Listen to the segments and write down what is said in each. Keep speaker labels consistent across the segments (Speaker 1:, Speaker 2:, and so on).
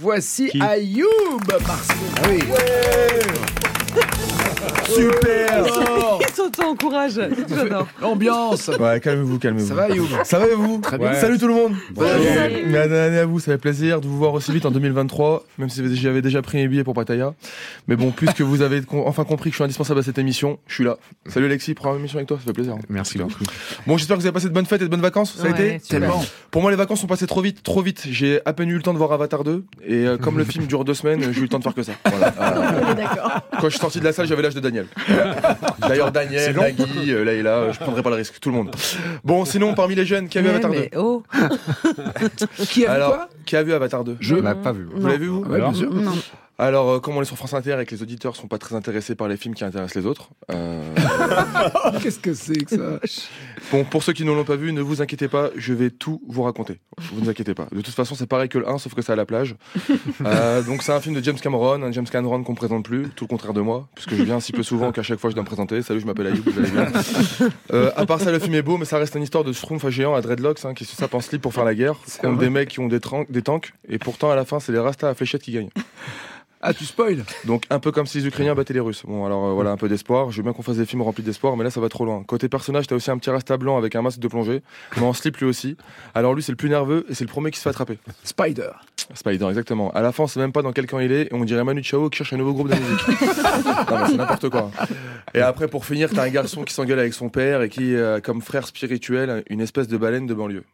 Speaker 1: voici Ayoub parce que-
Speaker 2: Super
Speaker 1: Oh,
Speaker 3: Ils s'auto-encouragent. J'adore.
Speaker 1: Ambiance
Speaker 2: Ouais, calmez-vous, calmez-vous.
Speaker 1: Ça va, Ayoub
Speaker 2: Ça va et vous
Speaker 1: Très bien.
Speaker 2: Salut tout le monde
Speaker 1: Bonjour.
Speaker 2: Salut. Mais Bonne année à vous, ça fait plaisir de vous voir aussi vite en 2023, même si j'avais déjà pris mes billets pour Pattaya. Mais bon, puisque vous avez con- enfin compris que je suis indispensable à cette émission, je suis là. Salut Alexis, première émission avec toi, ça fait plaisir.
Speaker 4: Merci beaucoup.
Speaker 2: Bon, j'espère que vous avez passé de bonnes fêtes et de bonnes vacances, ça a
Speaker 3: Ouais,
Speaker 2: été
Speaker 3: super.
Speaker 1: Tellement.
Speaker 2: Pour moi, les vacances sont passées trop vite, trop vite. J'ai à peine eu le temps de voir Avatar 2, et euh, comme le film dure deux semaines, j'ai eu le temps de faire que ça. Voilà. Euh, quand je suis sorti de la salle, j'avais l'âge de Daniel. D'ailleurs, Daniel, Nagui, euh, Layla, euh, je prendrai pas le risque, tout le monde. Bon, sinon, parmi les jeunes, qui a vu
Speaker 3: Ouais,
Speaker 2: Avatar 2
Speaker 3: mais oh.
Speaker 1: Qui a vu
Speaker 2: Alors,
Speaker 1: quoi
Speaker 2: qui a vu Avatar 2
Speaker 4: Je l'ai pas vu.
Speaker 2: Vous l'avez vu, vous
Speaker 1: Ah Ouais, bien
Speaker 4: Alors
Speaker 1: sûr.
Speaker 3: Non.
Speaker 2: Alors, euh, comme on est sur France Inter et que les auditeurs sont pas très intéressés par les films qui intéressent les autres, euh,
Speaker 1: Qu'est-ce que c'est que ça
Speaker 2: bon, pour ceux qui ne l'ont pas vu, ne vous inquiétez pas, je vais tout vous raconter. Vous ne vous inquiétez pas. De toute façon, c'est pareil que le 1, sauf que c'est à la plage. Euh, donc, c'est un film de James Cameron, un James Cameron qu'on présente plus, tout le contraire de moi, puisque je viens si peu souvent qu'à chaque fois je dois me présenter. Salut, je m'appelle Ayoub, vous allez bien Euh, à part ça, le film est beau, mais ça reste une histoire de schtroumpf à géant à dreadlocks hein, qui se sapent en slip pour faire la guerre contre des mecs qui ont des, tran- des tanks, et pourtant à la fin, c'est les rastas à fléchette qui gagnent.
Speaker 1: Ah, tu spoil
Speaker 2: Donc un peu comme si les Ukrainiens battaient les Russes. Bon alors euh, voilà un peu d'espoir. Je veux bien qu'on fasse des films remplis d'espoir, mais là ça va trop loin. Côté personnage, t'as aussi un petit rasta blanc avec un masque de plongée, mais en slip lui aussi. Alors lui c'est le plus nerveux et c'est le premier qui se fait attraper.
Speaker 1: Spider.
Speaker 2: Spider exactement. À la fin on sait même pas dans quel camp il est et on dirait Manu Chao qui cherche un nouveau groupe de musique. non mais c'est n'importe quoi. Et après pour finir t'as un garçon qui s'engueule avec son père et qui euh, comme frère spirituel une espèce de baleine de banlieue.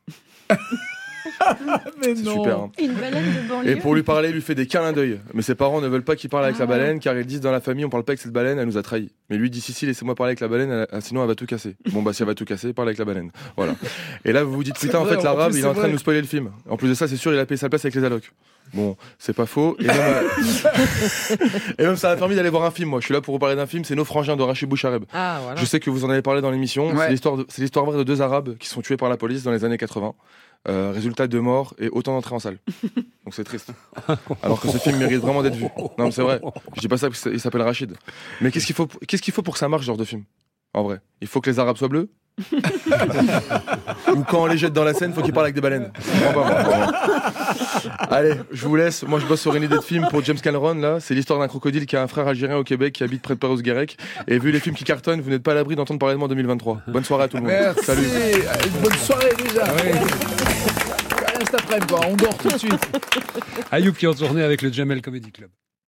Speaker 1: Mais
Speaker 2: C'est super. hein.
Speaker 5: Une baleine de banlieue.
Speaker 2: Et pour lui parler, il lui fait des câlins d'œil. Mais ses parents ne veulent pas qu'il parle avec
Speaker 1: Ah
Speaker 2: la baleine car ils disent dans la famille on parle pas avec cette baleine, elle nous a trahis. Mais lui dit si si laissez-moi parler avec la baleine, elle- ah, sinon elle va tout casser. Bon bah si elle va tout casser, parle avec la baleine. Voilà. Et là vous vous dites
Speaker 1: C'est
Speaker 2: putain en
Speaker 1: vrai,
Speaker 2: fait
Speaker 1: en
Speaker 2: l'arabe
Speaker 1: plus,
Speaker 2: il est
Speaker 1: c'est
Speaker 2: en train
Speaker 1: vrai.
Speaker 2: de nous spoiler le film. En plus de ça c'est sûr il a payé sa place avec les allocs. Bon c'est pas faux. Et même, euh, et même, ça m'a permis d'aller voir un film moi. Je suis là pour vous parler d'un film, c'est Nos frangins de Rachid Bouchareb.
Speaker 3: Ah, voilà.
Speaker 2: Je sais que vous en avez parlé dans l'émission.
Speaker 1: Ouais.
Speaker 2: C'est l'histoire de- C'est l'histoire vraie de deux Arabes qui sont tués par la police dans les années 80. Euh, résultat de morts et autant d'entrées en salle. Donc c'est triste. Alors que ce film mérite vraiment d'être vu. Non, mais c'est vrai. Je dis pas ça parce qu'il s'appelle Rachid. Mais qu'est-ce qu'il faut, pour- qu'est-ce qu'il faut pour que ça marche, ce genre de film En vrai, il faut que les Arabes soient bleus. Ou quand on les jette dans la Seine, faut qu'ils parlent avec des baleines. Je comprends pas, moi, vraiment. Allez, je vous laisse. Moi, je bosse sur une idée de film pour James Cameron. Là, c'est l'histoire d'un crocodile qui a un frère algérien au Québec qui habite près de Perros-Guirec. Et vu les films qui cartonnent, vous n'êtes pas à l'abri d'entendre parler de moi en 2023. Bonne soirée à tout le monde.
Speaker 1: Merci.
Speaker 2: Salut.
Speaker 1: Une bonne soirée déjà.
Speaker 6: Ah
Speaker 1: Voilà, Cet après-midi, quoi. on dort tout de suite.
Speaker 6: Ayoub qui est en tournée avec le Jamel Comedy Club.